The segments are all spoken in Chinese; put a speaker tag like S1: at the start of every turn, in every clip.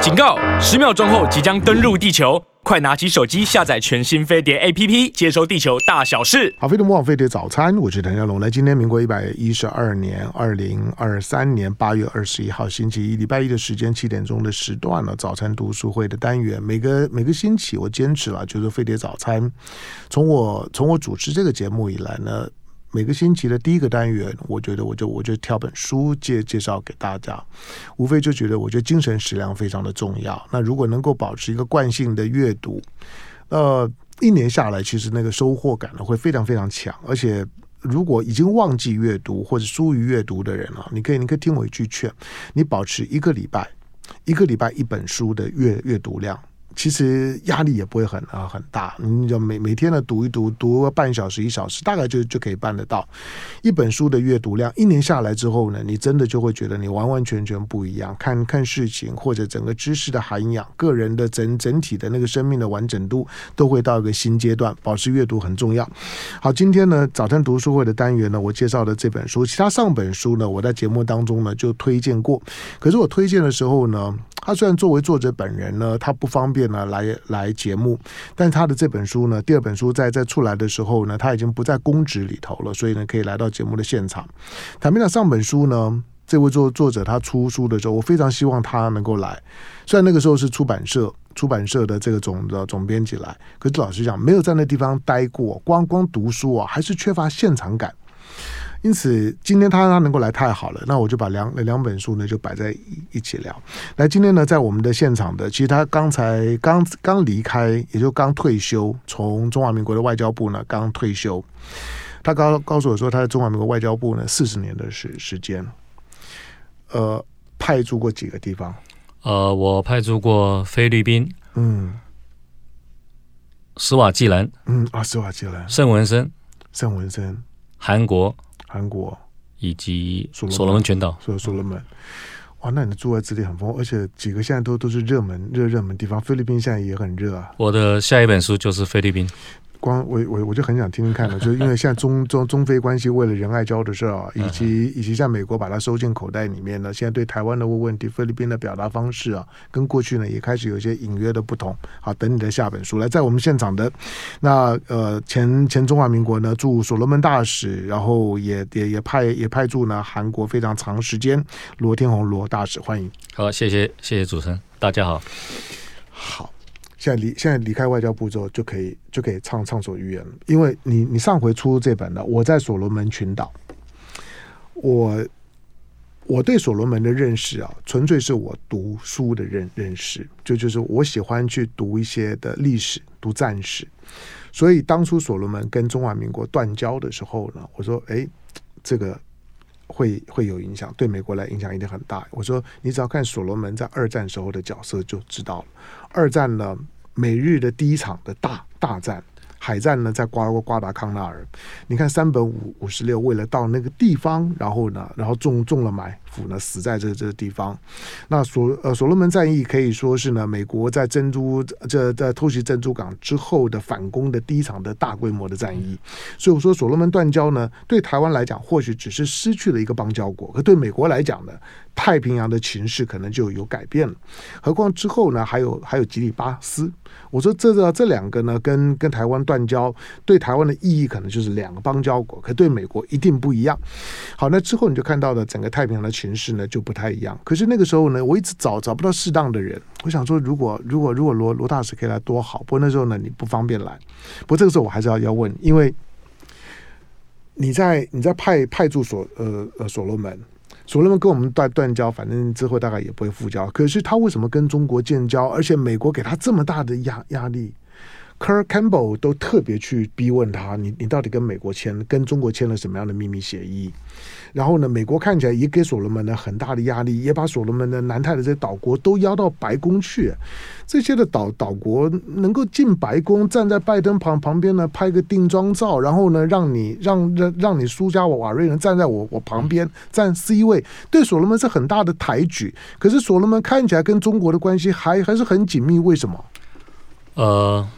S1: 警告！十秒钟后即将登陆地球，快拿起手机下载全新飞碟 APP，接收地球大小事。
S2: 好，飞碟模仿飞碟早餐，我是谭家龙。来，今天民国一百一十二年二零二三年八月二十一号星期一，礼拜一的时间七点钟的时段了，早餐读书会的单元，每个每个星期我坚持了，就是飞碟早餐。从我从我主持这个节目以来呢，每个星期的第一个单元，我觉得我就我就挑本书介介绍给大家，无非就觉得我觉得精神食粮非常的重要。那如果能够保持一个惯性的阅读，呃，一年下来，其实那个收获感呢会非常非常强，而且。如果已经忘记阅读或者疏于阅读的人啊，你可以，你可以听我一句劝，你保持一个礼拜，一个礼拜一本书的阅阅读量，其实压力也不会很啊、很大，你就每每天呢读一读，读个半小时一小时，大概就就可以办得到。一本书的阅读量，一年下来之后呢，你真的就会觉得你完完全全不一样，看看事情或者整个知识的涵养，个人的整整体的那个生命的完整度，都会到一个新阶段。保持阅读很重要。好，今天呢，早餐读书会的单元呢，我介绍的这本书，其他上本书呢，我在节目当中呢就推荐过。可是我推荐的时候呢，他虽然作为作者本人呢，他不方便呢来来节目，但他的这本书呢，第二本书在在出来的时候呢，他已经不在公职里头了，所以呢，可以来到节目的现场。坦白讲，上本书呢，这位作作者他出书的时候，我非常希望他能够来，虽然那个时候是出版社。出版社的这个总的总编辑来，可是老实讲，没有在那地方待过，光光读书啊，还是缺乏现场感。因此，今天他他能够来太好了，那我就把两两本书呢就摆在一一起聊。来，今天呢，在我们的现场的，其实他刚才刚刚离开，也就刚退休，从中华民国的外交部呢刚退休。他告告诉我说，他在中华民国外交部呢四十年的时时间，呃，派驻过几个地方，
S3: 呃，我派驻过菲律宾、
S2: 嗯
S3: 斯瓦季兰、
S2: 嗯，阿斯瓦基兰、
S3: 圣文森、
S2: 圣文森、
S3: 韩国
S2: 韩国。
S3: 以及
S2: 所罗门
S3: 所罗门群岛。
S2: 所所罗门。哇，那你的驻外资历很丰富，而且几个现在都都是热门热热门地方。菲律宾现在也很热啊，
S3: 我的下一本书就是菲律宾。
S2: 光我我我就很想听听看了，就是因为现在中中中非关系为了仁爱礁的事儿啊，以及以及像美国把它收进口袋里面呢，现在对台湾的问题、菲律宾的表达方式啊，跟过去呢也开始有一些隐约的不同。好，等你的下本书来，在我们现场的那呃前前中华民国呢驻所罗门大使，然后也也也派也派驻呢韩国非常长时间，罗天红罗大使欢迎。
S3: 好，谢谢谢谢主持人，大家好。
S2: 好，现在离现在离开外交部之后，就可以就可以畅畅所欲言了。因为你你上回出这本的，我在所罗门群岛，我我对所罗门的认识啊，纯粹是我读书的认认识，就就是我喜欢去读一些的历史，读战史。所以当初所罗门跟中华民国断交的时候呢，我说，哎，这个会会有影响，对美国来影响一定很大。我说，你只要看所罗门在二战时候的角色就知道了。二战呢，美日的第一场的大大战，海战呢在瓜瓜达康纳尔。你看三本五五十六为了到那个地方，然后呢，然后中中了埋伏呢，死在这这个地方。那所呃所罗门战役可以说是呢，美国在珍珠这在偷袭珍珠港之后的反攻的第一场的大规模的战役。所以我说所罗门断交呢，对台湾来讲或许只是失去了一个邦交国，可对美国来讲呢，太平洋的情势可能就有改变了。何况之后呢，还有还有吉里巴斯。我说这个这两个呢，跟跟台湾断交，对台湾的意义可能就是两个邦交国，可对美国一定不一样。好，那之后你就看到了整个太平洋的情势呢就不太一样。可是那个时候呢，我一直找找不到适当的人。我想说如，果如果如果罗罗大使可以来多好，不过那时候呢你不方便来。不过这个时候我还是要要问，因为你在你在派派驻所呃呃所罗门，所罗门跟我们断断交，反正之后大概也不会复交。可是他为什么跟中国建交？而且美国给他这么大的压压力，Kerr Campbell 都特别去逼问他，你你到底跟美国签、跟中国签了什么样的秘密协议？然后呢，美国看起来也给所罗门呢很大的压力，也把所罗门的南太的这些岛国都邀到白宫去。这些的岛岛国能够进白宫，站在拜登旁旁边呢，拍个定妆照，然后呢，让你让让让你苏加瓦瑞人站在我我旁边站 C 位，对所罗门是很大的抬举。可是所罗门看起来跟中国的关系还还是很紧密，为什么？
S3: 呃，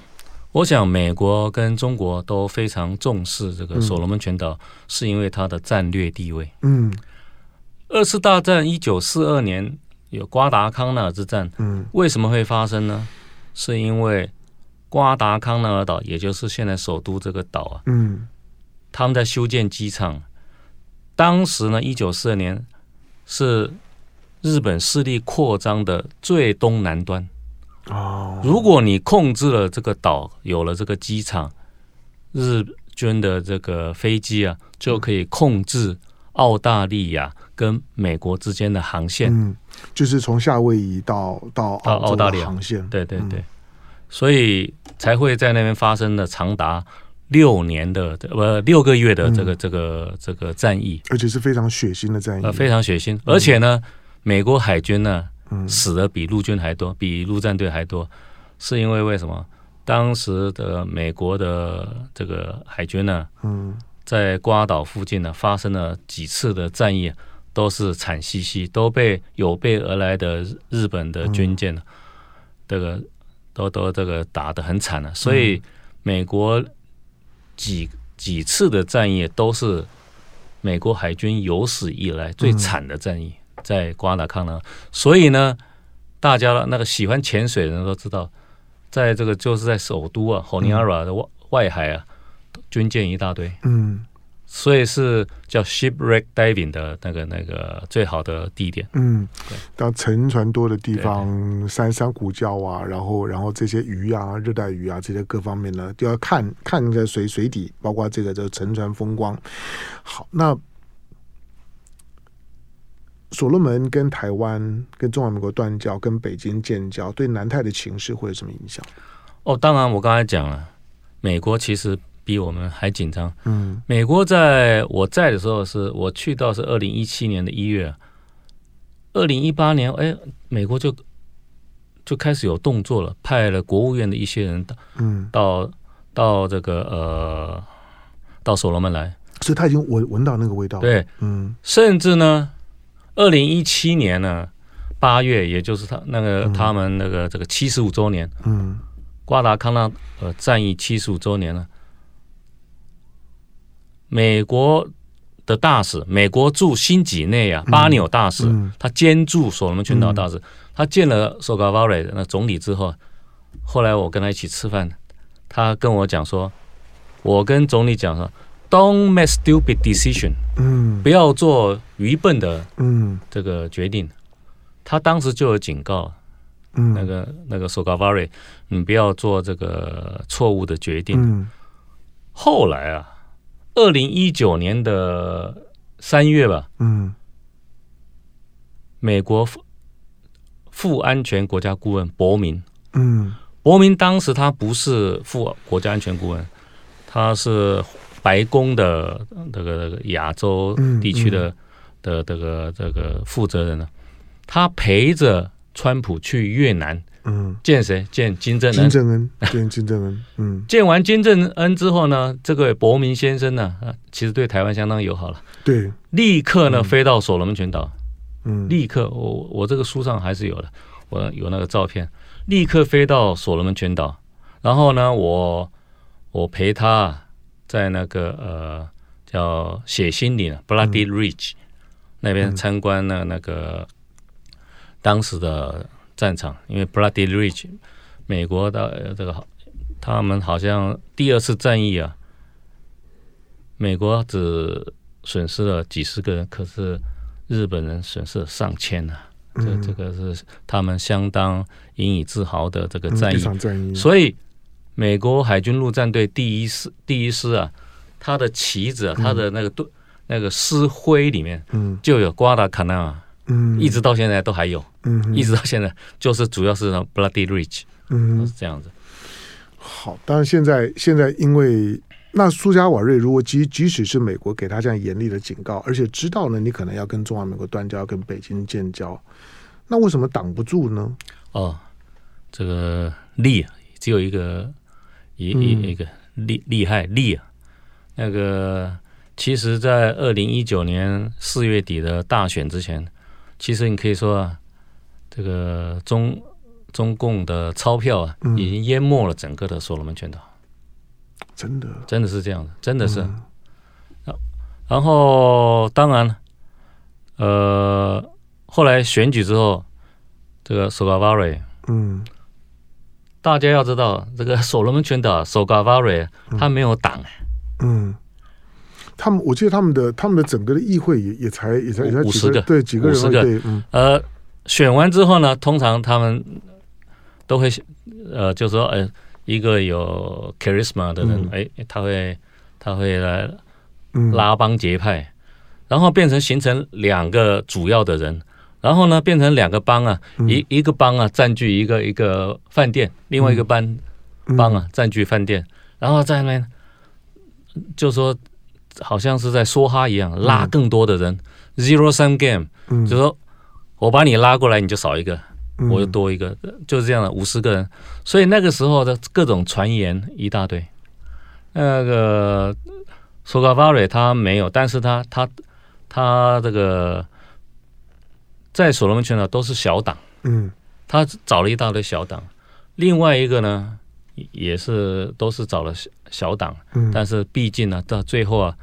S3: 我想美国跟中国都非常重视这个所罗门群岛，是因为它的战略地位。
S2: 嗯
S3: 二次大战一九四二年有瓜达康纳尔之战，
S2: 嗯
S3: 为什么会发生呢？是因为瓜达康纳尔岛，也就是现在首都这个岛啊，
S2: 嗯
S3: 他们在修建机场。当时呢，一九四二年是日本势力扩张的最东南端。
S2: 哦，
S3: 如果你控制了这个岛，有了这个机场，日军的这个飞机啊，就可以控制澳大利亚跟美国之间的航线。
S2: 嗯，就是从夏威夷到到
S3: 到
S2: 澳洲
S3: 澳大
S2: 的
S3: 利亚
S2: 航线，
S3: 对对对，所以才会在那边发生了长达六年的呃六个月的这个、这个这个战役，
S2: 而且是非常血腥的战役，
S3: 呃，非常血腥，而且呢，美国海军呢
S2: 嗯
S3: 死的比陆军还多，比陆战队还多，是因为为什么？当时的美国的这个海军呢，
S2: 嗯
S3: 在瓜岛附近呢发生了几次的战役，都是惨兮兮，都被有备而来的日日本的军舰呢，这个都都这个打得很惨了、啊所以美国几几次的战役都是美国海军有史以来最惨的战役，在瓜达康呢。所以呢，大家那个喜欢潜水的人都知道，在这个就是在首都啊，霍尼亚拉的外外海啊，军舰一大堆。
S2: 嗯
S3: 所以是叫 shipwreck diving 的那个那个最好的地点。
S2: 嗯
S3: 对，
S2: 到沉船多的地方，山山谷礁啊，然后然后这些鱼啊，热带鱼啊，这些各方面呢，都要看看个水水底，包括这个这个沉船风光。好，那所罗门跟台湾、跟中华民国断交、跟北京建交，对南太的情势会有什么影响？
S3: 哦，当然我刚才讲了，美国其实比我们还紧张。
S2: 嗯
S3: 美国在我在的时候是，我去到是二零一七年的一月，啊二零一八年，哎，美国就就开始有动作了，派了国务院的一些人到
S2: 嗯，
S3: 到到这个呃到所罗门来，
S2: 所以他已经闻闻到那个味道。，
S3: 对，
S2: 嗯
S3: 甚至呢，二零一七年呢八月，也就是他那个他们那个这个七十五周年，
S2: 嗯
S3: 瓜达康纳呃战役七十五周年呢，美国的大使，美国驻新几内亚巴纽大使，
S2: 嗯
S3: 他兼驻所罗门群岛大使，他见了索卡瓦瑞那总理之后，后来我跟他一起吃饭，他跟我讲说，我跟总理讲说，Don't make stupid decision。
S2: 嗯
S3: 不要做愚笨的
S2: 嗯
S3: 这个决定。他当时就有警告
S2: 嗯，
S3: 那个那个 Sogavari，你不要做这个错误的决定。
S2: 嗯
S3: 后来啊，二零一九年的三月吧，
S2: 嗯
S3: 美国副副安全国家顾问伯明，
S2: 嗯
S3: 伯明当时他不是副国家安全顾问，他是白宫的呃这个这个亚洲地区的、的这个这个负责人呢、啊他陪着川普去越南
S2: 嗯，
S3: 见谁？见金正
S2: 金
S3: 恩。
S2: 正恩对金正恩，嗯。
S3: 见完金正恩之后呢，这个伯明先生呢，啊其实对台湾相当友好了，
S2: 对，
S3: 立刻呢飞到所罗门群岛，
S2: 嗯，
S3: 立刻我我这个书上还是有的，我有那个照片，立刻飞到所罗门群岛，然后呢，我我陪他在那个呃叫血腥岭 （Bloody Ridge）、那边参观了那个当时的战场，因为 Bloody Ridge 美国的、呃这个好他们好像第二次战役啊，美国只损失了几十个人，可是日本人损失了上千啊。这
S2: 嗯
S3: 这个是他们相当引以自豪的这个
S2: 嗯
S3: 战
S2: 一
S3: 役。
S2: 场战役，
S3: 所以，美国海军陆战队第一师第一师啊，他的旗子啊，他的那个队、那个师徽里面
S2: 嗯
S3: 就有瓜达卡纳尔，
S2: 嗯，
S3: 一直到现在都还有，
S2: 嗯
S3: 一直到现在就是主要是那种 Bloody Ridge
S2: 嗯
S3: 是这样子。
S2: 好。当然，现在现在因为那苏加瓦瑞，如果即即使是美国给他这样严厉的警告，而且知道呢，你可能要跟中华民国断交，跟北京建交，那为什么挡不住呢？
S3: 哦，这个力啊只有一个一
S2: 嗯
S3: 一一个厉厉害力啊，那个其实，在二零一九年四月底的大选之前，其实你可以说啊，这个中中共的钞票啊，
S2: 嗯
S3: 已经淹没了整个的所罗门群岛，
S2: 真的，
S3: 真的是这样的，真的是。
S2: 嗯
S3: 然后当然，呃，后来选举之后，这个 Sogavare，
S2: 嗯，
S3: 大家要知道，这个所罗门群岛 Sogavare 它没有党，
S2: 嗯，他们我记得他们的他们的整个的议会也也才也才也才
S3: 五
S2: 几
S3: 十个
S2: 对几个人
S3: 50
S2: 而已
S3: 个
S2: 对，嗯
S3: 呃，选完之后呢，通常他们都会呃，就说呃，一个有 charisma 的人
S2: 嗯，
S3: 哎、他会他会来
S2: 嗯，
S3: 拉帮结派，然后变成形成两个主要的人，然后呢变成两个帮啊，
S2: 嗯
S3: 一一个帮啊占据一个一个饭店，另外一个帮、
S2: 嗯
S3: 帮啊占据饭店，然后在那边就说好像是在梭哈一样拉更多的人、z e r o sum game，
S2: 嗯，
S3: 就说我把你拉过来，你就少一个，
S2: 嗯
S3: 我就多一个，就是这样的五十个人。所以那个时候的各种传言一大堆。那个索卡巴瑞他没有，但是他他他这个在所罗门群岛都是小党，
S2: 嗯
S3: 他找了一大堆小党。另外一个呢，也是都是找了小小党，
S2: 嗯，
S3: 但是毕竟呢、到最后啊，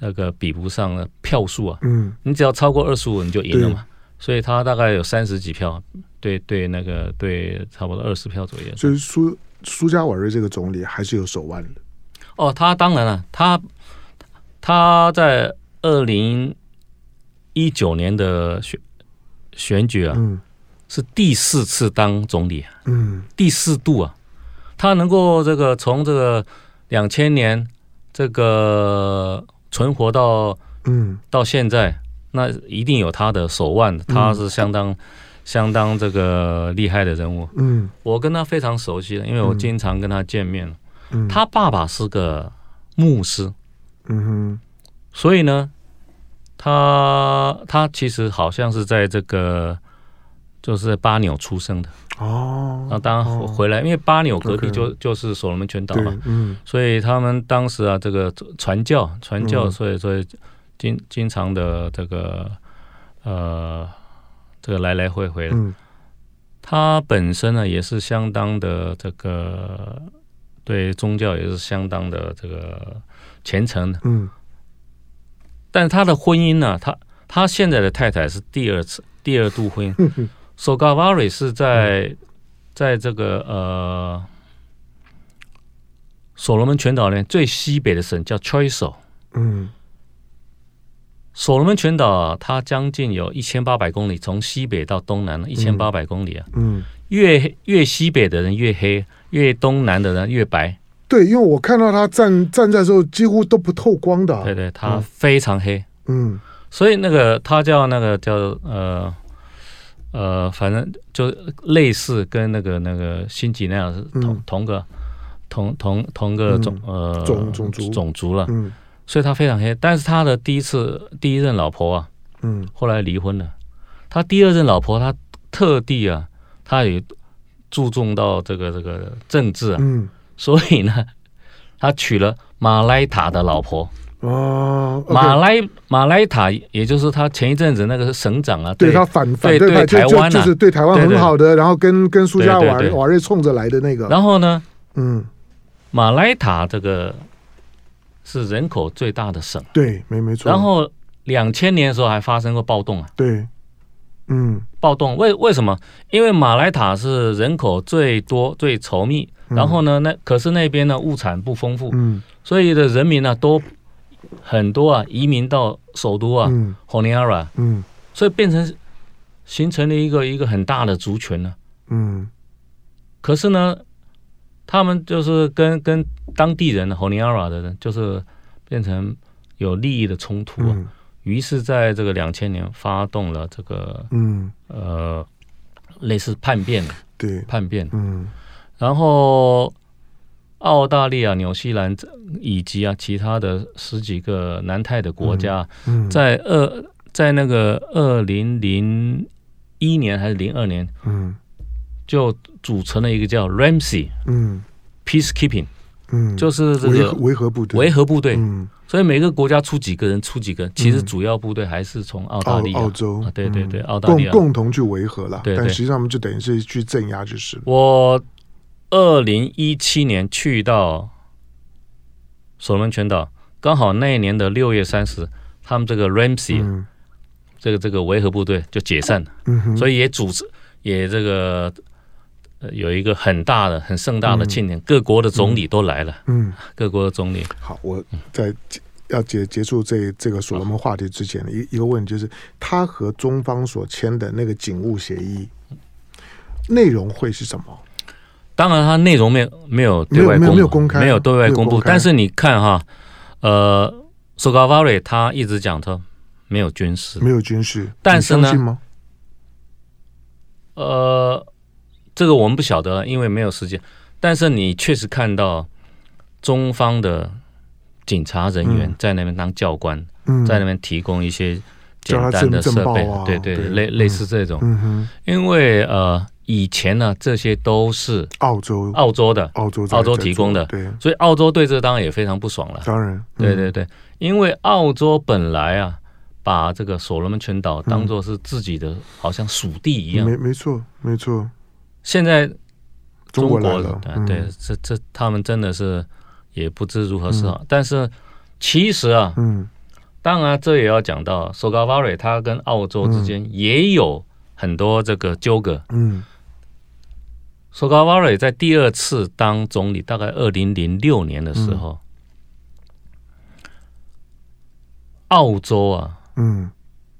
S3: 那个比不上了票数啊，
S2: 嗯
S3: 你只要超过二十五，你就赢了嘛。所以他大概有三十几票，对对，那个对，差不多二十票左右。
S2: 所以苏苏加瓦瑞这个总理还是有手腕的，
S3: 哦，他当然了，他他在二零一九年的选选举啊，
S2: 嗯
S3: 是第四次当总理啊，
S2: 嗯
S3: 第四度啊，他能够这个从这个两千年这个存活到
S2: 嗯
S3: 到现在，那一定有他的手腕，他是相当、相当这个厉害的人物。
S2: 嗯
S3: 我跟他非常熟悉，因为我经常跟他见面。
S2: 嗯，
S3: 他爸爸是个牧师，
S2: 嗯哼
S3: 所以呢，他他其实好像是在这个就是巴纽出生的。
S2: 哦，
S3: 那当然
S2: 哦
S3: 回来，因为巴纽隔壁
S2: OK
S3: 就就是所罗门群岛
S2: 对
S3: 嘛，，
S2: 嗯
S3: 所以他们当时啊，这个传教，传教，
S2: 嗯
S3: 所以所以经经常的这个呃，这个来来回回。
S2: 嗯
S3: 他本身呢，也是相当的这个对宗教也是相当的这个虔诚的，
S2: 嗯
S3: 但是他的婚姻呢，他他现在的太太是第二次第二度婚姻。
S2: 嗯 嗯
S3: Sogavari 是在在这个呃所罗门群岛呢最西北的省叫 Choiso。
S2: 嗯
S3: 所罗门群岛啊，它将近有一千八百公里，从西北到东南一千八百公里啊。
S2: 嗯。
S3: 越越西北的人越黑，越东南的人越白。
S2: 对，因为我看到他站站在的时候，几乎都不透光的啊、
S3: 对对，它
S2: 嗯
S3: 非常黑，
S2: 嗯
S3: 所以那个它叫那个叫呃呃，反正就类似跟那个那个新几内亚是同、
S2: 嗯
S3: 同个同同同个
S2: 嗯
S3: 种、呃
S2: 种种族
S3: 种族了，
S2: 嗯
S3: 所以它非常黑。但是他的第一次第一任老婆啊，
S2: 嗯
S3: 后来离婚了。他第二任老婆，他特地啊，他也注重到这个这个政治啊，
S2: 嗯
S3: 所以呢，他娶了马来塔的老婆。
S2: 哦，
S3: 马
S2: OK，
S3: 来马来塔，也就是他前一阵子那个省长啊，
S2: 对他反反
S3: 对
S2: 派
S3: 对
S2: 就
S3: 台
S2: 就
S3: 湾
S2: 就
S3: 啊
S2: 是对台湾
S3: 对
S2: 很
S3: 对
S2: 好的，然后跟跟苏加
S3: 对对
S2: 瓦
S3: 对
S2: 瓦瑞冲着来的那个，
S3: 然后呢，
S2: 嗯，
S3: 马来塔这个是人口最大的省，
S2: 对，没没错，
S3: 然后两千年的时候还发生过暴动啊，
S2: 对，嗯
S3: 暴动为为什么？因为马来塔是人口最多、最稠密，
S2: 嗯
S3: 然后呢，那可是那边呢物产不丰富，
S2: 嗯
S3: 所以的人民呢、都很多啊移民到首都啊
S2: 嗯
S3: h o n i a r a
S2: 嗯
S3: 所以变成形成了一个一个很大的族群呢、
S2: 嗯
S3: 可是呢，他们就是跟跟当地人 h o n i a r a 的人，就是变成有利益的冲突啊。
S2: 嗯
S3: 于是，在这个两千年发动了这个
S2: 嗯，
S3: 呃类似叛变的
S2: 对，
S3: 叛变，
S2: 嗯
S3: 然后澳大利亚、纽西兰以及啊其他的十几个南太的国家，
S2: 嗯，
S3: 在二在那个二零零一年还是零二年，
S2: 嗯
S3: 就组成了一个叫 Ramsey
S2: 嗯
S3: Peacekeeping，
S2: 嗯，
S3: 就是这
S2: 维
S3: 个
S2: 和维和部队，
S3: 维和部队。
S2: 嗯，
S3: 所以每个国家出几个人，出几个人，其实主要部队还是从澳大
S2: 澳
S3: 利亚。
S2: 澳洲
S3: 啊，对对
S2: 嗯
S3: 对，澳大
S2: 共
S3: 利亚。
S2: 共同去维和了，
S3: 对
S2: 但
S3: 对
S2: 实际上我们就等于是去镇压，就是了
S3: 我二零一七年去到所罗门群岛，刚好那一年的六月三十，他们这个 Ramsey、
S2: 嗯
S3: 这个这个维和部队就解散了，
S2: 嗯哼，
S3: 所以也组织也这个、呃有一个很大的、很盛大的庆典，各国的总理都来了，
S2: 嗯，
S3: 各国的总理
S2: 好，我在结要结结束这这个所罗门话题之前，一一个问题就是，他和中方所签的那个警务协议内容会是什么？
S3: 当然，它内容没有没有对外
S2: 没有
S3: 布
S2: 没有公开啊
S3: 没有对外
S2: 没有
S3: 公布。
S2: 公开
S3: 但是你看哈，呃 s o g a v a r i 他一直讲他没有军事，
S2: 没有军事，
S3: 但是呢
S2: 你相信吗？嗯
S3: 呃，这个我们不晓得，因为没有时间。但是你确实看到中方的警察人员
S2: 嗯
S3: 在那边当教官，
S2: 嗯，
S3: 在那边提供一些简
S2: 叫他
S3: 单的
S2: 政
S3: 设
S2: 政报
S3: 备，
S2: 啊
S3: 对对，
S2: 对
S3: 类
S2: 嗯
S3: 类似这种。
S2: 嗯哼，
S3: 因为呃，以前呢，这些都是
S2: 澳洲
S3: 澳洲的，
S2: 澳洲在
S3: 澳洲
S2: 在
S3: 提
S2: 做
S3: 供的
S2: 对，
S3: 所以澳洲对这当然也非常不爽了。
S2: 当然，
S3: 对
S2: 嗯
S3: 对对，因为澳洲本来啊，把这个所罗门群岛当做是自己的，好像属地一样。
S2: 没没错没错，
S3: 现在
S2: 中国来
S3: 国
S2: 了，
S3: 对
S2: 嗯
S3: 对，这这他们真的是也不知如何是好。但是其实啊，
S2: 嗯
S3: 当然这也要讲到 s o g a v a r i 它跟澳洲之间也有很多这个纠葛。
S2: 嗯
S3: s o g a v a r i 在第二次当总理，大概二零零六年的时候，澳洲啊。
S2: 嗯，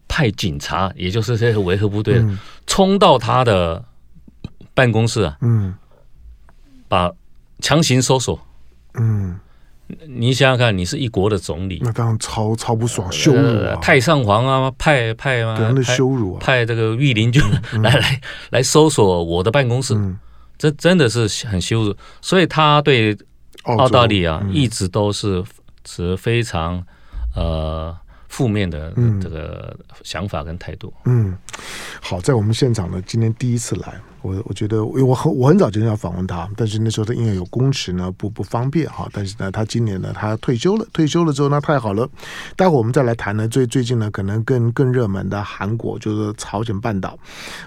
S3: 派警察，也就是这些维和部队，啊
S2: 嗯
S3: 冲到他的办公室啊，
S2: 嗯
S3: 把强行搜索。
S2: 嗯，
S3: 你想想看，你是一国的总理，
S2: 那当然超超不爽，羞辱
S3: 呃
S2: 啊，
S3: 太上皇啊，派派
S2: 对啊
S3: 啊，
S2: 那
S3: 派
S2: 羞辱啊，
S3: 派这个御林军 来来来搜索我的办公室，
S2: 嗯，
S3: 这真的是很羞辱。所以他对
S2: 澳
S3: 澳
S2: 洲
S3: 大利亚
S2: 嗯
S3: 一直都是持非常呃负面的
S2: 嗯
S3: 这个想法跟态度。
S2: 嗯，好，在我们现场呢，今天第一次来，我我觉得，因为我很我很早就要访问他，但是那时候他因为有公职呢，不不方便哈。但是呢，他今年呢，他退休了，退休了之后呢，太好了。待会我们再来谈呢，最最近呢，可能更更热门的韩国就是朝鲜半岛。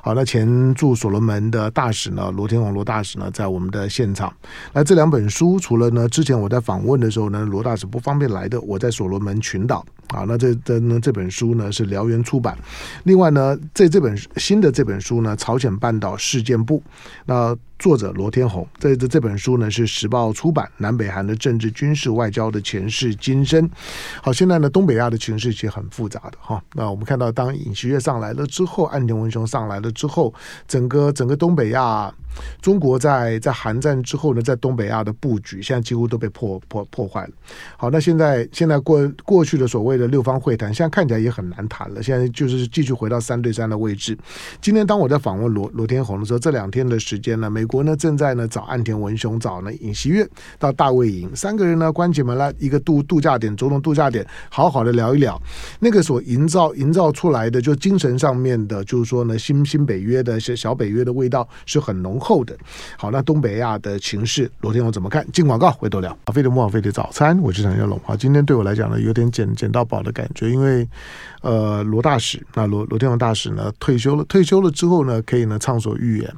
S2: 好，那前驻所罗门的大使呢，罗天王罗大使呢，在我们的现场。那这两本书，除了呢，之前我在访问的时候呢，罗大使不方便来的，我在所罗门群岛啊，那这这呢这本书呢是燎原出版。另外呢，这这本新的这本书呢，《朝鲜半岛事件簿》，那作者罗天红，这这这本书呢是时报出版，南北韩的政治、军事、外交的前世今生。好，现在呢，东北亚的情势其实很复杂的哈。那我们看到，当尹锡悦上来了之后，岸田文雄上来了之后，整个整个东北亚，中国在在韩战之后呢，在东北亚的布局现在几乎都被破破破坏了。好，那现在现在过过去的所谓的六方会谈，现在看起来也很难谈了。现在就是继续回到三对三的位置。今天当我在访问罗罗天红的时候，这两天的时间呢，美国呢正在呢找岸田文雄、找呢尹锡悦到大卫营，三个人呢关起门来一个度度假点，总统度假点，好好的聊一聊。那个所营造营造出来的，就精神上面的，就是说呢，新新北约的小小北约的味道是很浓厚的。好，那东北亚的情势，罗天红怎么看？进广告回头聊。好费的莫尔费的早餐，我是陈耀龙。好，今天对我来讲呢，有点捡捡到宝的感觉，因为呃，罗大使，那罗罗天红大使呢退休了，退休了之后呢，可以呢畅所欲言。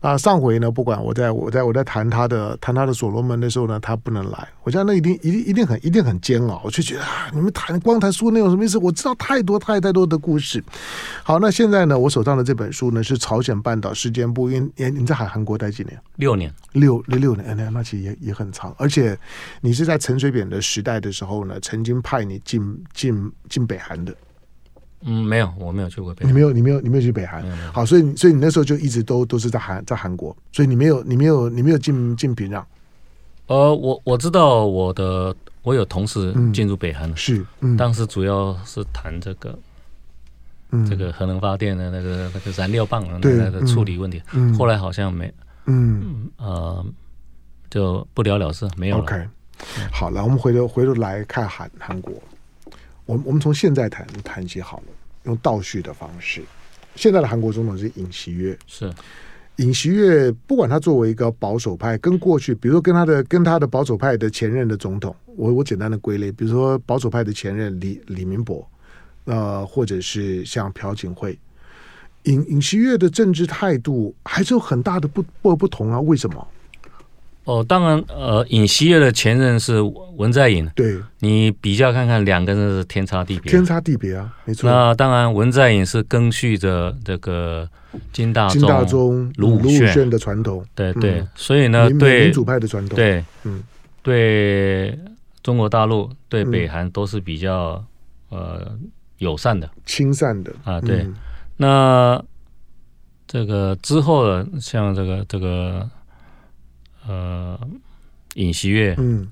S2: 那上回呢，不管我在我在我在谈他的谈他的所罗门的时候呢，他不能来，我想那一定一定一定很一定很煎熬，我就觉得啊，你们谈光谈书那有什么意思？我知道太多太太多的故事。好，那现在呢，我手上的这本书呢是朝鲜半岛事件簿，因为因为你在韩韩国待几年？
S3: 六年，
S2: 六六六年，哎那那其实也也很长，而且你是在陈水扁的时代的时候呢，曾经派你进进进北韩的，
S3: 嗯，没有，我没有去过北
S2: 你
S3: 韩。嗯
S2: 没有你没有你没有去北韩
S3: 没有没，有
S2: 好，所以你所以你那时候就一直都都是在韩在韩国，所以你没有你没有你没有进进平壤，
S3: 呃，我我知道我的，我有同事
S2: 嗯
S3: 进入北韩了，
S2: 是，嗯，
S3: 当时主要是谈这个
S2: 嗯
S3: 这，个核能发电的那个那个燃料棒的
S2: 对
S3: 那个
S2: 嗯
S3: 处理问题，
S2: 嗯
S3: 后来好像没
S2: 嗯。
S3: 呃就不了了之，没有了。
S2: OK，好了，我们回头回头来看韩韩国，我们我们从现在谈谈起好了，用倒叙的方式。现在的韩国总统是尹锡悦，
S3: 是
S2: 尹锡悦不管他作为一个保守派，跟过去，比如说跟他的跟他的保守派的前任的总统，我我简单的归类，比如说保守派的前任李李明博，呃，或者是像朴槿惠，尹尹锡悦的政治态度还是有很大的不不不同啊，为什么？
S3: 哦，当然，呃，尹锡悦的前任是文在寅，
S2: 对，
S3: 你比较看看，两个人是天差地别。
S2: 天差地别啊，没错。
S3: 那当然，文在寅是赓续着这个金大
S2: 金大中、
S3: 卢
S2: 卢
S3: 武
S2: 武
S3: 铉
S2: 铉的传统，
S3: 对
S2: 嗯
S3: 对，所以呢，
S2: 民民
S3: 对
S2: 主派的传统，，
S3: 对
S2: 嗯，
S3: 对中国大陆、对
S2: 嗯
S3: 北韩都是比较呃友善的。
S2: 亲善的
S3: 啊对
S2: 嗯
S3: 那这个之后的，像这个这个呃尹锡悦，
S2: 嗯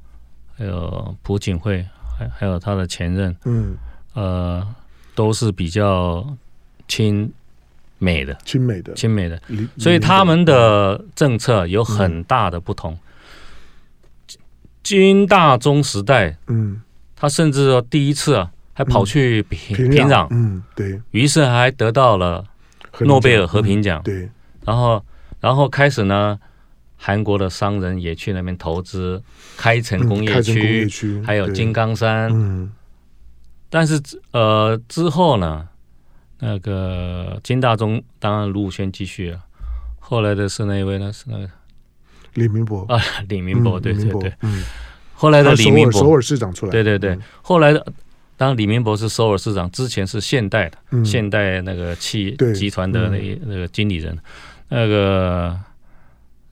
S3: 还有朴槿惠，还还有他的前任，
S2: 嗯，
S3: 呃，都是比较亲美的，
S2: 亲美的，
S3: 亲美的，
S2: 理
S3: 所以他们
S2: 嗯
S3: 的政策有很大的不同。金大中时代，
S2: 嗯
S3: 他甚至说第一次啊，还跑去平
S2: 平
S3: 平壤
S2: 壤，，嗯对，
S3: 于是还得到了
S2: 和平
S3: 诺贝尔
S2: 奖
S3: 和平奖
S2: 嗯。对，
S3: 然后，然后开始呢，韩国的商人也去那边投资，开城
S2: 嗯
S3: 工业
S2: 开城工业
S3: 区，
S2: 区
S3: 还有
S2: 对
S3: 金刚山。
S2: 嗯
S3: 但是呃之后呢，那个金大中当然卢武铉继续了，后来的是那一位呢？是那个
S2: 李明博，
S3: 啊李明博，
S2: 嗯
S3: 对
S2: 李
S3: 对
S2: 明博
S3: 对。
S2: 嗯，
S3: 后来的
S2: 他
S3: 李
S2: 首
S3: 明
S2: 尔首
S3: 博，
S2: 尔市长出来，
S3: 对对对。后来的当然李明博是首尔市长，之前是现代的
S2: 嗯，
S3: 现代那个企
S2: 对嗯
S3: 集团的那一那个经理人，那个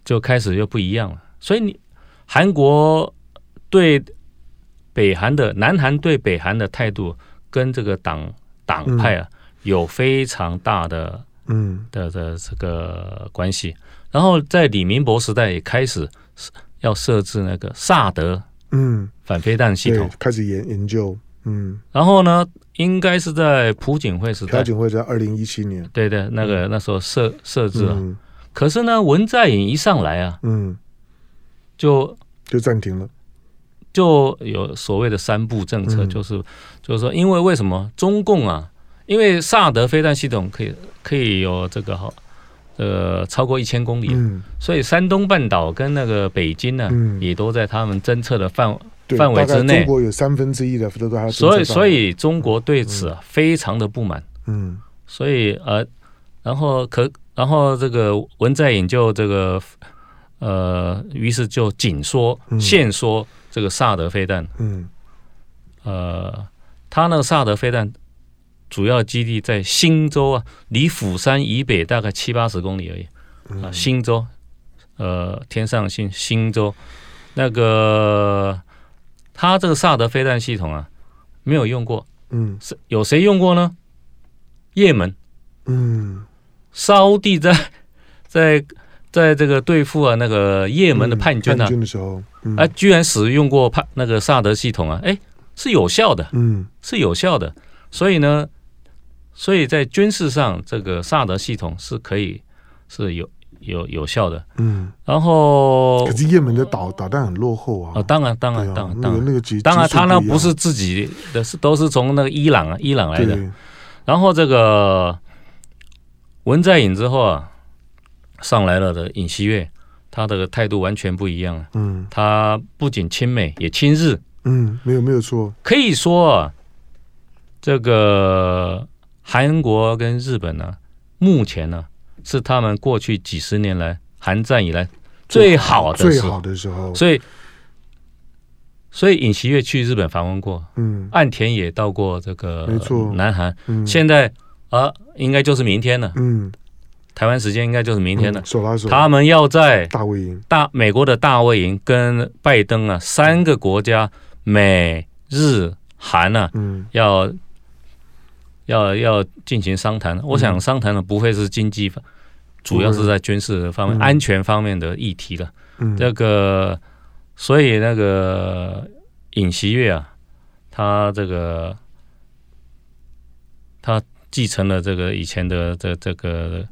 S3: 就开始又不一样了。所以你韩国对北韩的南韩对北韩的态度，跟这个党党派啊、有非常大的
S2: 嗯
S3: 的的这个关系。然后在李明博时代也开始要设置那个萨德
S2: 嗯，
S3: 反飞弹系
S2: 对
S3: 统，，
S2: 开始研研究，嗯，
S3: 然后呢，应该是在朴槿惠时代
S2: 朴。槿惠在二零一七年，
S3: 对对，那个那时候设设置啊了，
S2: 嗯
S3: 可是呢，文在寅一上来啊，
S2: 嗯，
S3: 就
S2: 就暂停了，
S3: 就有所谓的三步政策，
S2: 嗯
S3: 就是就是说，因为为什么中共啊，因为萨德飞弹系统可以可以有这个好呃超过一千公里，
S2: 嗯，
S3: 所以山东半岛跟那个北京呢、
S2: 嗯
S3: 也都在他们侦测的范围。
S2: 对
S3: 范围
S2: 大概
S3: 之内
S2: 中国有三分之一的都在他的政策
S3: 所以
S2: 上
S3: 所，以中国对此啊非常的不满，
S2: 嗯
S3: 所以呃，然后可然后这个文在寅就这个呃，于是就紧缩
S2: 嗯
S3: 限缩这个萨德飞弹。
S2: 嗯
S3: 呃，他那个萨德飞弹主要基地在新州啊，离釜山以北大概七八十公里而已啊、
S2: 嗯
S3: 新州，呃，天上新新州，那个他这个萨德飞弹系统啊，没有用过，
S2: 嗯
S3: 是有谁用过呢？也门、
S2: 嗯，
S3: 沙乌地在 在在这个对付啊那个也
S2: 也
S3: 门的叛军啊，
S2: 嗯的时候，嗯
S3: 啊，居然使用过叛那个萨德系统啊，哎，是有效的。
S2: 嗯
S3: 是有效的。所以呢，所以在军事上，这个萨德系统是可以是有有有效的。
S2: 嗯，
S3: 然后
S2: 可是也门的导导弹很落后啊
S3: 啊、，当然，当
S2: 对
S3: 然，
S2: 啊
S3: 当然，
S2: 那
S3: 当
S2: 个
S3: 然，
S2: 那个级，
S3: 当然，
S2: 级数
S3: 他呢
S2: 一
S3: 不
S2: 样
S3: 是自己的，是都是从那个伊朗啊，伊朗来的。
S2: 对，
S3: 然后这个文在寅之后啊，上来了的尹锡悦，他的态度完全不一样了。
S2: 嗯
S3: 他不仅亲美，也亲日，
S2: 嗯，没有没有错，
S3: 可以说啊，这个韩国跟日本呢、目前呢、是他们过去几十年来韩战以来最好的
S2: 最
S3: 时候，
S2: 好的时候，
S3: 所以所以尹锡悦去日本访问过，
S2: 嗯
S3: 岸田也到过这个
S2: 没错
S3: 南韩，
S2: 嗯，
S3: 现在啊、呃应该就是明天了，
S2: 嗯
S3: 台湾时间应该就是明天了，
S2: 嗯手拉手，
S3: 他们要在
S2: 大卫营，
S3: 大美国的大卫营跟拜登啊三个国家美日韩啊
S2: 嗯
S3: 要要要进行商谈。
S2: 嗯
S3: 我想商谈的不会是经济方，主要是在军事方面、
S2: 嗯
S3: 安全方面的议题了。
S2: 嗯，
S3: 这个，所以那个尹锡悦啊，他这个他继承了这个以前的这这个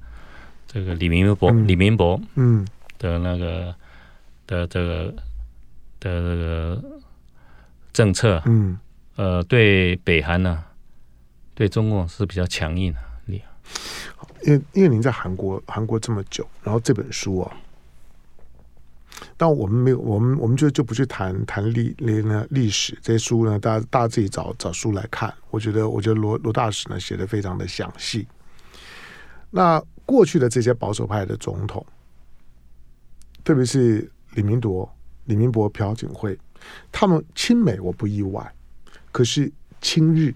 S3: 这个李明博、
S2: 嗯
S3: 李明博
S2: 嗯
S3: 的那个的这个的这个政策啊，
S2: 嗯，
S3: 呃，对北韩呢、对中共是比较强硬的、
S2: 因为因为您在韩国韩国这么久，然后这本书啊。但我们没有，我们我们就就不去谈谈历历呢历史这些书呢，大家大家自己找找书来看。我觉得，我觉得罗罗大使呢写的非常的详细。那过去的这些保守派的总统，特别是李明铎、李明博、朴槿惠，他们亲美我不意外，可是亲日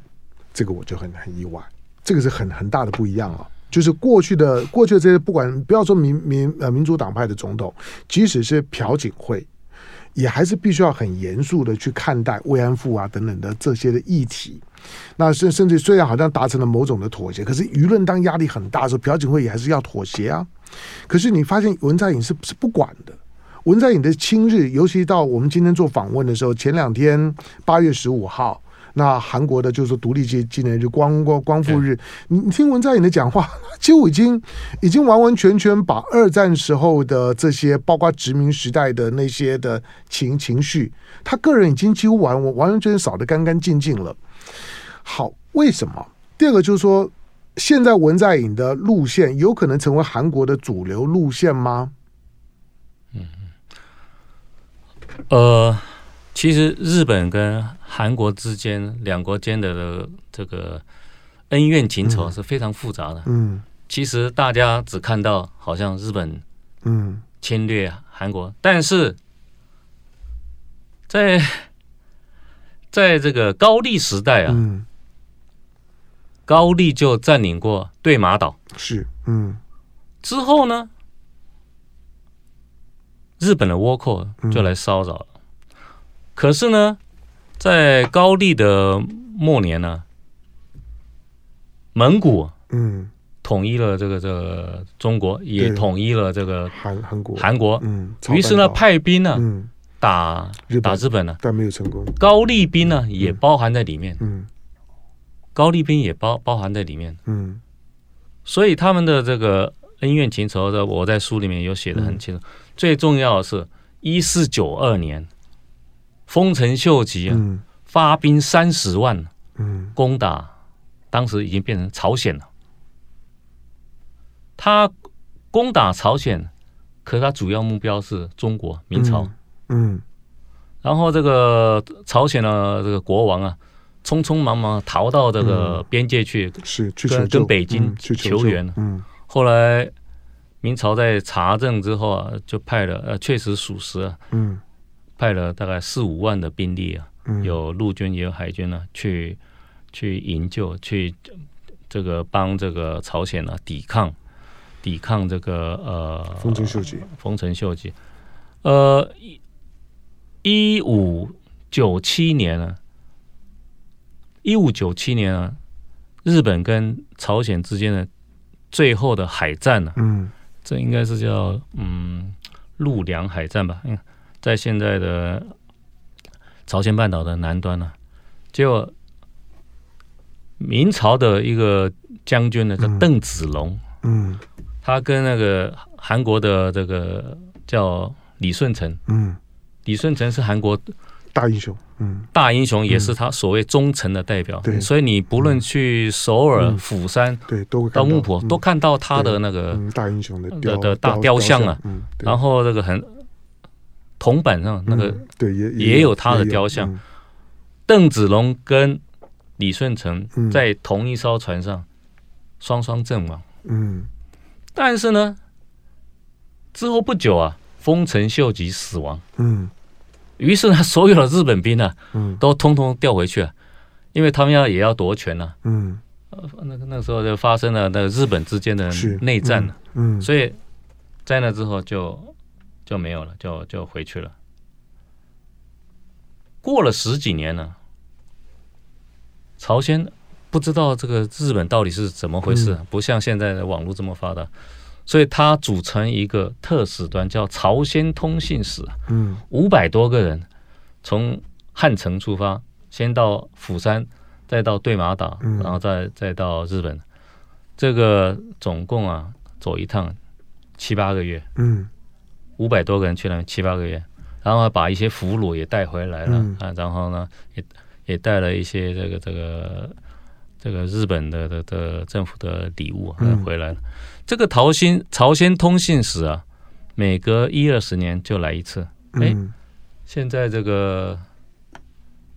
S2: 这个我就很很意外，这个是很很大的不一样啊。就是过去的过去的这些，不管不要说民民呃民主党派的总统，即使是朴槿惠，也还是必须要很严肃的去看待慰安妇啊等等的这些的议题。那甚甚至虽然好像达成了某种的妥协，可是舆论当压力很大的时候，朴槿惠也还是要妥协啊。可是你发现文在寅是是不管的。文在寅的亲日，尤其到我们今天做访问的时候，前两天八月十五号，那韩国的就是说独立纪纪念日、光光光复日，你你听文在寅的讲话，几乎已经已经完完全全把二战时候的这些，包括殖民时代的那些的情情绪，他个人已经几乎完完完全全扫得干干净净了。好，为什么？第二个就是说，现在文在寅的路线有可能成为韩国的主流路线吗？
S3: 呃，其实日本跟韩国之间两国间的这个恩怨情仇是非常复杂的。
S2: 嗯
S3: 其实大家只看到好像日本
S2: 嗯
S3: 侵略韩国，但是在在这个高丽时代啊，
S2: 嗯，
S3: 高丽就占领过对马岛
S2: 是嗯
S3: 之后呢，日本的倭寇
S2: 嗯
S3: 就来骚扰了。可是呢，在高丽的末年呢，蒙古
S2: 嗯，
S3: 统一了这个这个中国，也
S2: 对
S3: 统一了这个
S2: 韩韩国
S3: 韩国。
S2: 嗯，
S3: 于是呢，
S2: 朝鲜半岛
S3: 派兵呢
S2: 嗯，
S3: 打
S2: 日
S3: 打
S2: 本
S3: 日本呢，
S2: 但没有成功。
S3: 高丽兵呢也包含在里面，
S2: 嗯
S3: 高丽兵也包包含在里面，
S2: 嗯
S3: 所以他们的这个恩怨情仇的，我在书里面有写的很清
S2: 嗯
S3: 楚。最重要的是，一四九二年，丰臣秀吉啊
S2: 嗯
S3: 发兵三十万
S2: 嗯
S3: 攻打，当时已经变成朝鲜了。他攻打朝鲜，可他主要目标是中国明朝。
S2: 嗯
S3: 然后这个朝鲜的这个国王啊，匆匆忙忙逃到这
S2: 嗯
S3: 个边界去。
S2: 是去
S3: 跟
S2: 求救
S3: 啊跟北京
S2: 嗯去
S3: 求
S2: 救
S3: 援
S2: 嗯
S3: 后来明朝在查证之后啊，就派了呃，确实属实啊，
S2: 嗯
S3: 派了大概四五万的兵力啊，
S2: 嗯
S3: 有陆军也有海军啊，去去营救，去这个帮这个朝鲜啊抵抗抵抗这个呃
S2: 丰臣秀吉
S3: 丰臣秀吉。呃，一五九七年呢，一五九七年啊，日本跟朝鲜之间的最后的海战啊呢、
S2: 嗯
S3: 这应该是叫嗯陆梁海战吧？嗯，在现在的朝鲜半岛的南端呢、结果明朝的一个将军呢叫
S2: 嗯
S3: 邓子龙，
S2: 嗯
S3: 他跟那个韩国的这个叫李舜臣，
S2: 嗯
S3: 李舜臣是韩国
S2: 大英雄嗯
S3: 大英雄，也是他所谓忠诚的代表。
S2: 对
S3: 所以你不论去首尔、
S2: 嗯
S3: 釜山、
S2: 对都会看
S3: 到木浦，
S2: 嗯
S3: 都看到他的那个，
S2: 嗯大英雄的
S3: 的
S2: 雕
S3: 的大雕
S2: 雕
S3: 像啊
S2: 嗯对
S3: 然后这个很铜板上那个
S2: 嗯对也
S3: 也有他的雕像
S2: 嗯
S3: 邓子龙跟李舜臣
S2: 嗯
S3: 在同一艘船上双双阵亡。
S2: 嗯
S3: 但是呢，之后不久啊，丰臣秀吉死亡，
S2: 嗯
S3: 于是呢，所有的日本兵呢、
S2: 嗯
S3: 都通通调回去了，因为他们要也要夺权了、啊
S2: 嗯
S3: 那个那个时候就发生了那个日本之间的
S2: 是
S3: 内战啊了，
S2: 嗯嗯
S3: 所以在那之后就就没有了，就就回去了。过了十几年了，朝鲜不知道这个日本到底是怎么回事，不像现在的网络这么发达，所以它组成一个特使团，叫朝鲜通信使，
S2: 嗯
S3: 五百多个人从汉城出发，先到釜山，再到对马岛，
S2: 嗯
S3: 然后再再到日本。这个总共啊，走一趟七八个月，
S2: 嗯
S3: 五百多个人去那边七八个月，然后把一些俘虏也带回来了、
S2: 嗯
S3: 啊，然后呢，也也带了一些这个这个这个日本的的的政府的礼物啊
S2: 嗯
S3: 回来了。这个朝鲜朝鲜通信使啊，每隔一二十年就来一次，哎
S2: 嗯
S3: 现在这个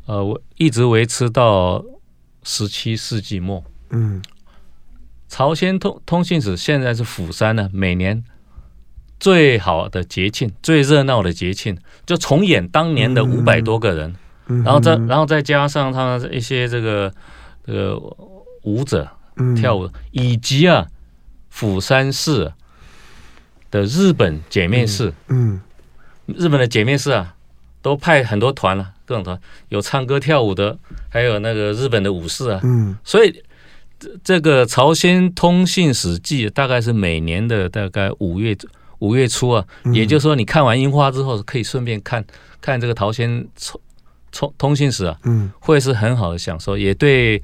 S3: 呃，我一直维持到十七世纪末。
S2: 嗯
S3: 朝鲜通通信使现在是釜山呢，每年最好的节庆，最热闹的节庆，就重演当年的五百多个人，
S2: 嗯
S3: 然后再
S2: 嗯
S3: 然后再加上他们一些这个这个舞者
S2: 嗯
S3: 跳舞，以及啊釜山市的日本姐妹市，
S2: 嗯
S3: 日本的姐妹市啊，都派很多团啊，各种团有唱歌跳舞的，还有那个日本的武士啊，
S2: 嗯
S3: 所以这这个《朝鲜通信史记》大概是每年的大概五月五月初啊，
S2: 嗯
S3: 也就是说你看完樱花之后，可以顺便看看这个《朝鲜通通通信史》啊，
S2: 嗯
S3: 会是很好的享受，也对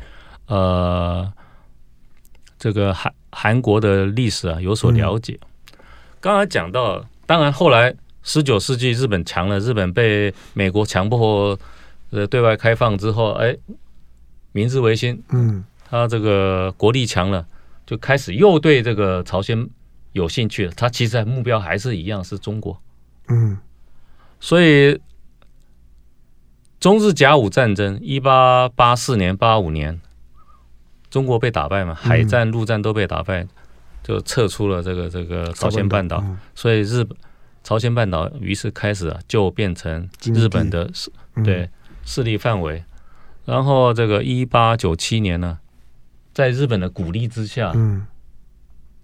S3: 呃这个韩韩国的历史啊有所了解。刚刚讲到，当然后来十九世纪日本强了，日本被美国强迫呃对外开放之后，哎，明治维新，
S2: 嗯
S3: 他这个国力强了，就开始又对这个朝鲜有兴趣了。他其实目标还是一样，是中国。
S2: 嗯
S3: 所以，中日甲午战争，一八八四年、八五年，中国被打败
S2: 嗯
S3: 嘛，海战、陆战都被打败，就撤出了这个这个朝鲜半岛。
S2: 嗯
S3: 所以日本朝鲜半岛于是开始啊，就变成
S2: 经济
S3: 日本的势
S2: 嗯
S3: 对势力范围。然后这个一八九七年呢，在日本的鼓励之下，
S2: 嗯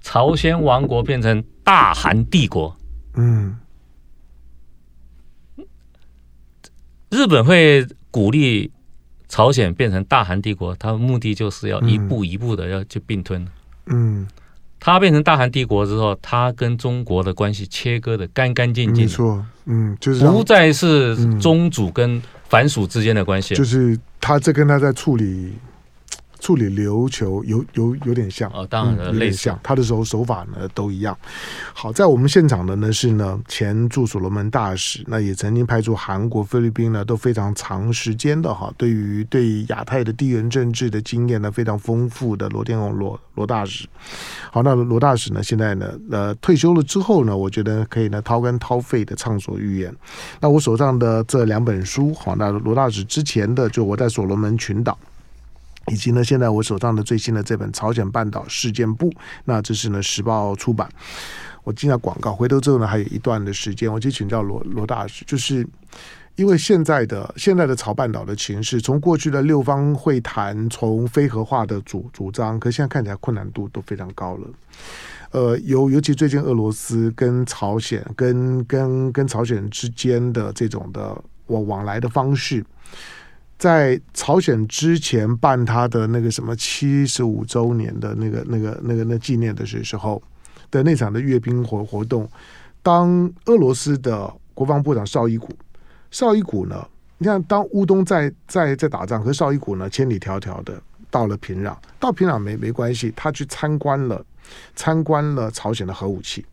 S3: 朝鲜王国变成大韩帝国。
S2: 嗯
S3: 日本会鼓励朝鲜变成大韩帝国，它的目的就是要一步一步的要去并吞。
S2: 嗯，
S3: 它变成大韩帝国之后，它跟中国的关系切割的干干净
S2: 没
S3: 净，
S2: 错，嗯，就是让
S3: 不再是
S2: 嗯
S3: 宗主跟藩属之间的关系。
S2: 就是他这跟他在处理处理琉球有有有点像
S3: 哦当然了
S2: 嗯有点
S3: 类似
S2: 像，他的手手法呢都一样。好，在我们现场的呢是呢前驻所罗门大使，那也曾经派驻韩国、菲律宾呢都非常长时间的哈，对于对亚太的地缘政治的经验呢非常丰富的罗天宏罗罗大使。好，那罗大使呢现在呢呃退休了之后呢，我觉得可以呢掏肝掏肺的畅所欲言。那我手上的这两本书，好，那罗大使之前的就我在所罗门群岛。以及呢，现在我手上的最新的这本《朝鲜半岛事件簿》，那这是呢时报出版。我进了广告，回头之后呢，还有一段的时间，我就请教罗罗大师，就是因为现在的现在的朝半岛的情势，从过去的六方会谈，从非核化的主主张，可现在看起来困难度都非常高了。呃，尤尤其最近俄罗斯跟朝鲜、跟跟跟朝鲜之间的这种的往往来的方式，在朝鲜之前办他的那个什么七十五周年的那个、那个、那个、那纪念的时时候的那场的阅兵活活动，当俄罗斯的国防部长绍伊古，绍伊古呢，你看当乌东在在在打仗，和绍伊古呢千里迢迢的到了平壤，到平壤没没关系，他去参观了参观了朝鲜的核武器。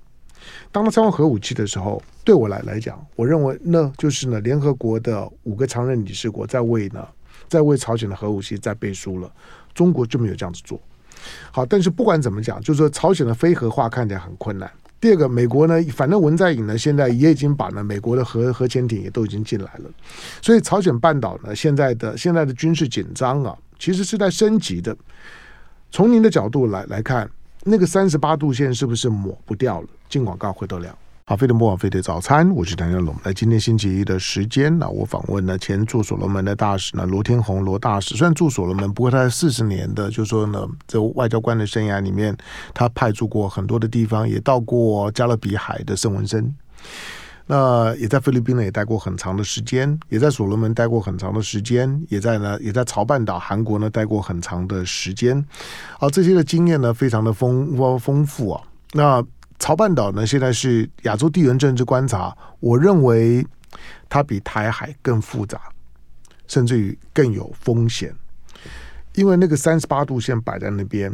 S2: 当他参观核武器的时候，对我来来讲，我认为那就是呢，联合国的五个常任理事国在为呢，在为朝鲜的核武器在背书了，中国就没有这样子做。好，但是不管怎么讲，就是说朝鲜的非核化看起来很困难。第二个，美国呢，反正文在寅呢，现在也已经把呢美国的核核潜艇也都已经进来了，所以朝鲜半岛呢现在的现在的军事紧张啊，其实是在升级的。从您的角度来来看，那个三十八度线是不是抹不掉了？进广告回头聊。好，飞碟播网飞碟早餐，我是谭耀龙。那今天星期一的时间呢，我访问了前驻所罗门的大使呢罗天宏罗大使，虽然驻所罗门，不过他在四十年的就说呢，这外交官的生涯里面，他派驻过很多的地方，也到过加勒比海的圣文森。那也在菲律宾呢，也待过很长的时间，也在所罗门待过很长的时间，也在呢，也在朝半岛韩国呢待过很长的时间。啊，这些的经验呢，非常的丰丰丰富啊。那朝半岛呢，现在是亚洲地缘政治观察，我认为它比台海更复杂，甚至于更有风险，因为那个三十八度线摆在那边。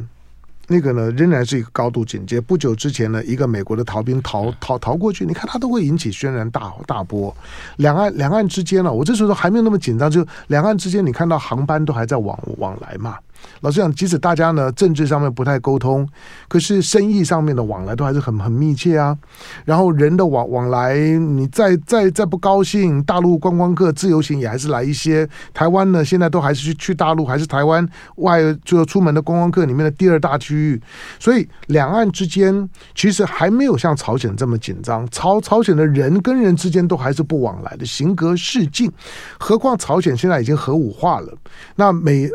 S2: 那个呢，仍然是一个高度警戒。不久之前呢，一个美国的逃兵逃逃逃过去，你看它都会引起轩然大大波。两岸啊两岸之间呢、我这时候还没有那么紧张，就两岸之间，你看到航班都还在往往来嘛。老实讲，即使大家呢政治上面不太沟通，可是生意上面的往来都还是很很密切啊。然后人的往往来，你再再再不高兴，大陆观光客自由行也还是来一些。台湾呢，现在都还是去去大陆，还是台湾外就出门的观光客里面的第二大区域。所以两岸之间其实还没有像朝鲜这么紧张。朝朝鲜的人跟人之间都还是不往来的，形格适境。何况朝鲜现在已经核武化了，那美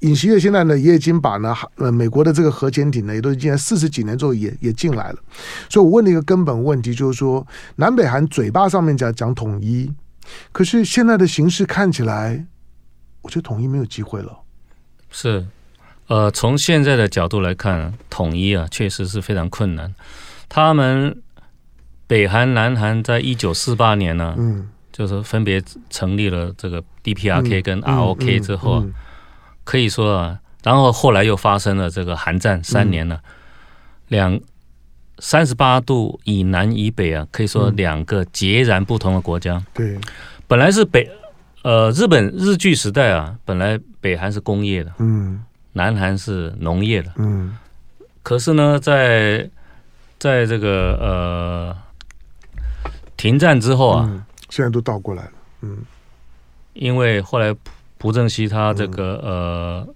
S2: 尹锡悦现在呢，也已经把呢，呃，美国的这个核潜艇呢，也都已经四十几年之后也也进来了。所以我问了一个根本问题，就是说，南北韩嘴巴上面讲讲统一，可是现在的形势看起来，我觉得统一没有机会了。
S3: 是，呃，从现在的角度来看，统一啊，确实是非常困难。他们北韩、南韩在一九四八年呢、
S2: 嗯
S3: 就是分别成立了这个 DPRK 跟 ROK 之后啊，
S2: 嗯嗯嗯
S3: 可以说啊，然后后来又发生了这个韩战三年了，
S2: 嗯
S3: 两三十八度以南以北啊，可以说
S2: 嗯
S3: 两个截然不同的国家。
S2: 对，
S3: 本来是北呃日本日据时代啊，本来北韩是工业的，
S2: 嗯
S3: 南韩是农业的，
S2: 嗯
S3: 可是呢，在在这个呃停战之后啊，
S2: 嗯，现在都倒过来了。嗯
S3: 因为后来朴朴正熙他这个、呃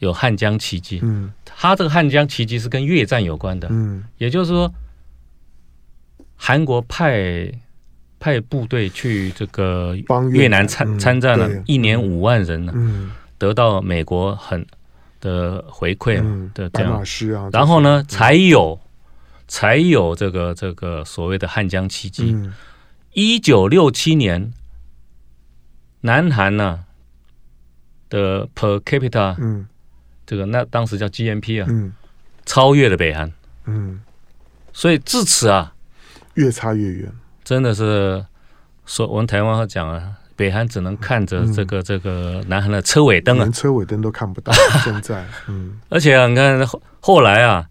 S3: 有汉江奇迹，
S2: 嗯
S3: 他这个汉江奇迹是跟越战有关的，
S2: 嗯
S3: 也就是说，韩国派派部队去这个
S2: 帮越
S3: 越南
S2: 南
S3: 参
S2: 嗯
S3: 参战了
S2: 对，
S3: 一年五万人呢，啊
S2: 嗯
S3: 得到美国很的回馈嘛
S2: 嗯，
S3: 啊的这
S2: 白
S3: 样
S2: 马师啊，
S3: 然后呢，才有才有这个这个所谓的汉江奇迹。
S2: 嗯
S3: 一九六七年，南韩呢的 per capita
S2: 嗯
S3: 这个那当时叫 GNP 啊，
S2: 嗯
S3: 超越了北韩，
S2: 嗯，
S3: 所以自此啊，
S2: 越差越远。
S3: 真的是说我们台湾话讲啊。北韩只能看着这个这个南韩的车尾灯啊
S2: 连，车尾灯都看不 到。现在，嗯
S3: 而且啊，你看后后来啊，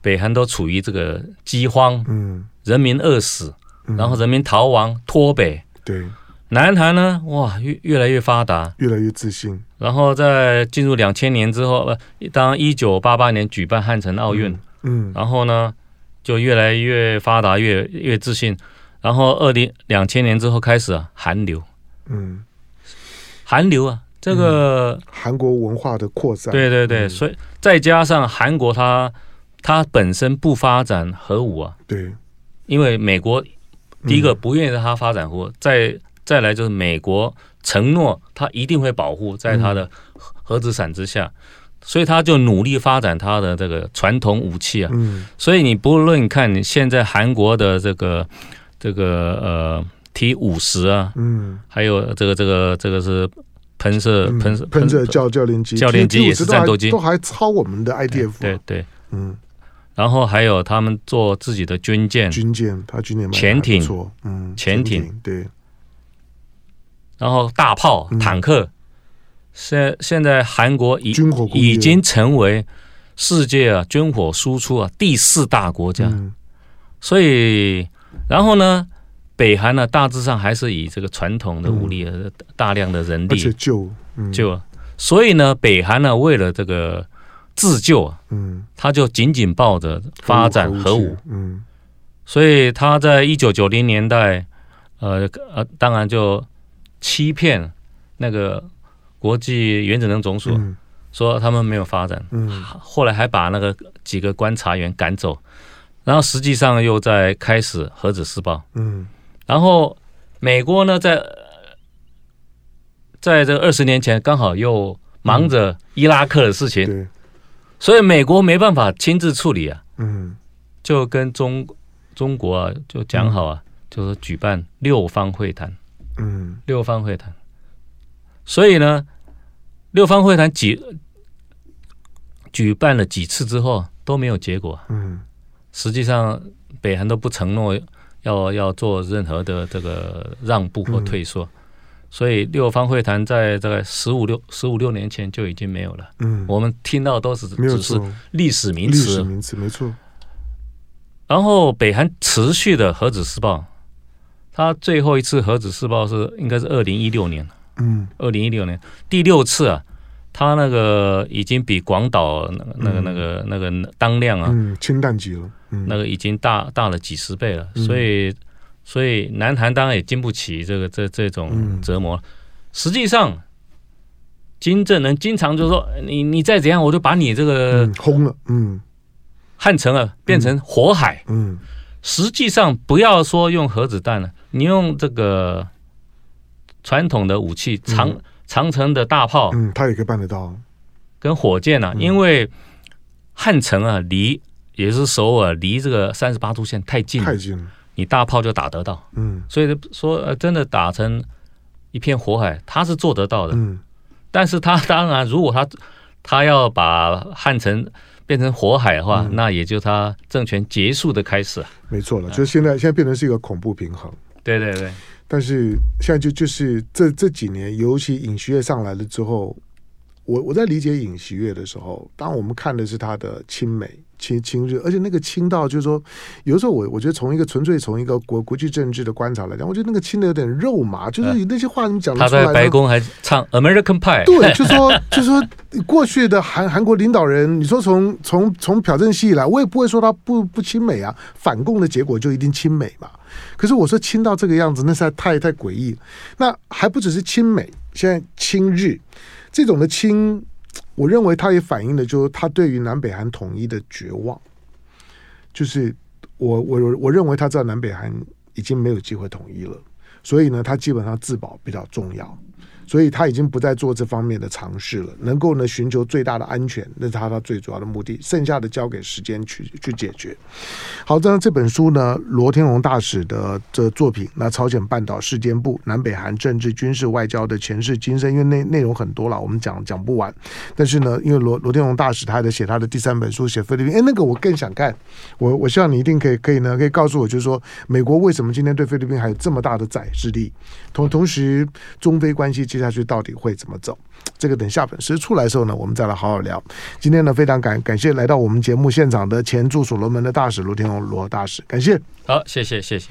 S3: 北韩都处于这个饥荒，
S2: 嗯，
S3: 人民饿死，
S2: 嗯
S3: 然后人民逃亡脱北，
S2: 对，
S3: 南韩呢，哇，越越来越发达。
S2: 越来越自信。
S3: 然后在进入两千年之后，呃，当一九八八年举办汉城奥运，啊
S2: 嗯
S3: 然后呢，就越来越发达，越越自信。然后二零两千年之后开始啊，韩流，
S2: 嗯，
S3: 韩流啊，这个、
S2: 韩国文化的扩展。
S3: 对对对，
S2: 嗯
S3: 所以再加上韩国它它本身不发展核武啊，
S2: 对，
S3: 因为美国第一个
S2: 嗯
S3: 不愿意让它发展核武，再再来就是美国承诺它一定会保护在它的核核子伞之下，所以它就努力发展它的这个传统武器啊。
S2: 嗯
S3: 所以你不论你看你现在韩国的这个这个呃 T 五十啊，
S2: 嗯，
S3: 还有这个这个这个是喷射
S2: 嗯
S3: 喷射
S2: 喷射教教练机，
S3: 教练机
S2: 其实
S3: 也是
S2: 我知道
S3: 战斗机
S2: 都还超我们的 IDF。
S3: 对，对，
S2: 啊嗯，
S3: 然后还有他们做自己的军舰，
S2: 军舰，它军舰卖得
S3: 嗯潜艇
S2: 还不错，嗯，
S3: 潜艇
S2: 艇，对，
S3: 然后大炮
S2: 嗯、
S3: 坦克。现现在韩国已
S2: 军火工业嗯
S3: 已经成为世界啊军火输出啊第四大国家。
S2: 嗯
S3: 所以，然后呢，北韩呢大致上还是以这个传统的武力、呃大量的人
S2: 嗯而且
S3: 力
S2: 旧，嗯
S3: 就，所以呢，北韩呢为了这个自救啊，
S2: 嗯，
S3: 他就紧紧抱着发展核
S2: 武
S3: 武
S2: 器，，嗯
S3: 所以他在一九九零年代，呃呃，当然就欺骗那个国际原子能总署、
S2: 嗯
S3: 说他们没有发展。
S2: 嗯
S3: 后来还把那个几个观察员赶走，然后实际上又在开始核子试爆。
S2: 嗯
S3: 然后美国呢，在在这二十年前刚好又忙着伊拉克的事情，
S2: 嗯对，
S3: 所以美国没办法亲自处理啊，
S2: 嗯
S3: 就跟中中国啊就讲好啊，就是举办六方会谈，
S2: 嗯
S3: 六方会谈。所以呢，六方会谈几举办了几次之后都没有结果啊，
S2: 嗯
S3: 实际上北韩都不承诺要要做任何的这个让
S2: 嗯
S3: 步或退缩，所以六方会谈在大概十五六十五六年前就已经没有了。
S2: 嗯，
S3: 我们听到都是
S2: 没有
S3: 只是
S2: 错，
S3: 历史名
S2: 历史
S3: 词，
S2: 名词没错，
S3: 然后北韩持续的核子试爆，它最后一次核子试爆是应该是二零一六年，
S2: 嗯
S3: 二零一六年第六次啊，它那个已经比广岛那个那个那个那个当量啊，
S2: 嗯，清淡极了，嗯，
S3: 那个已经大大了几十倍了，所以所以南韩当然也经不起这个这这种
S2: 嗯
S3: 折磨。实际上，金正恩经常就说你你再怎样，我就把你这个
S2: 嗯轰了，嗯
S3: 汉城啊变成火海。
S2: 嗯
S3: 实际上，不要说用核子弹了，你用这个传统的武器长、长城的大炮
S2: 嗯，他也可以办得到，
S3: 跟火箭啊，因为汉城啊离也就是首尔离这个三十八度线太近了
S2: 太，近了，
S3: 你大炮就打得到。
S2: 嗯
S3: 所以说，呃，真的打成一片火海，他是做得到的。
S2: 嗯
S3: 但是他当然，如果他他要把汉城变成火海的话，那也就他政权结束的开始啊。
S2: 没错了，就是现在现在变成是一个恐怖平衡。
S3: 对对对，
S2: 但是现在就就是这这几年，尤其尹锡悦上来了之后，我我在理解尹锡悦的时候，当我们看的是他的亲美、亲亲日，而且那个亲到就是说，有的时候我我觉得从一个纯粹从一个国国际政治的观察来讲，我觉得那个亲的有点肉麻，就是那些话你讲得
S3: 他
S2: 出来
S3: 在
S2: 呢。
S3: 白宫还唱《American Pie》。
S2: 对，就说 就说过去的韩韩国领导人，你说从从从朴正熙以来，我也不会说他不不亲美啊，反共的结果就一定亲美嘛。可是我说亲到这个样子，那实在太太诡异了。那还不只是亲美，现在亲日这种的亲，我认为它也反映了就是他对于南北韩统一的绝望，就是我我我认为他知道南北韩已经没有机会统一了，所以呢，他基本上自保比较重要。所以他已经不再做这方面的尝试了，能够呢寻求最大的安全，那是他他最主要的目的，剩下的交给时间去去解决。好，这这本书呢，罗天荣大使的这作品，那朝鲜半岛事件部、南北韩政治、军事、外交的前世今生，因为内内容很多了，我们讲讲不完。但是呢，因为罗罗天荣大使他还在写他的第三本书，写菲律宾，哎，那个我更想看，我我希望你一定可以可以呢，可以告诉我，就是说美国为什么今天对菲律宾还有这么大的宰制力，同同时中非关系接下去到底会怎么走？这个等下本诗出来的时候呢，我们再来好好聊。今天呢，非常感感谢来到我们节目现场的前驻所罗门的大使卢天荣罗大使，感谢。
S3: 好，谢谢谢谢。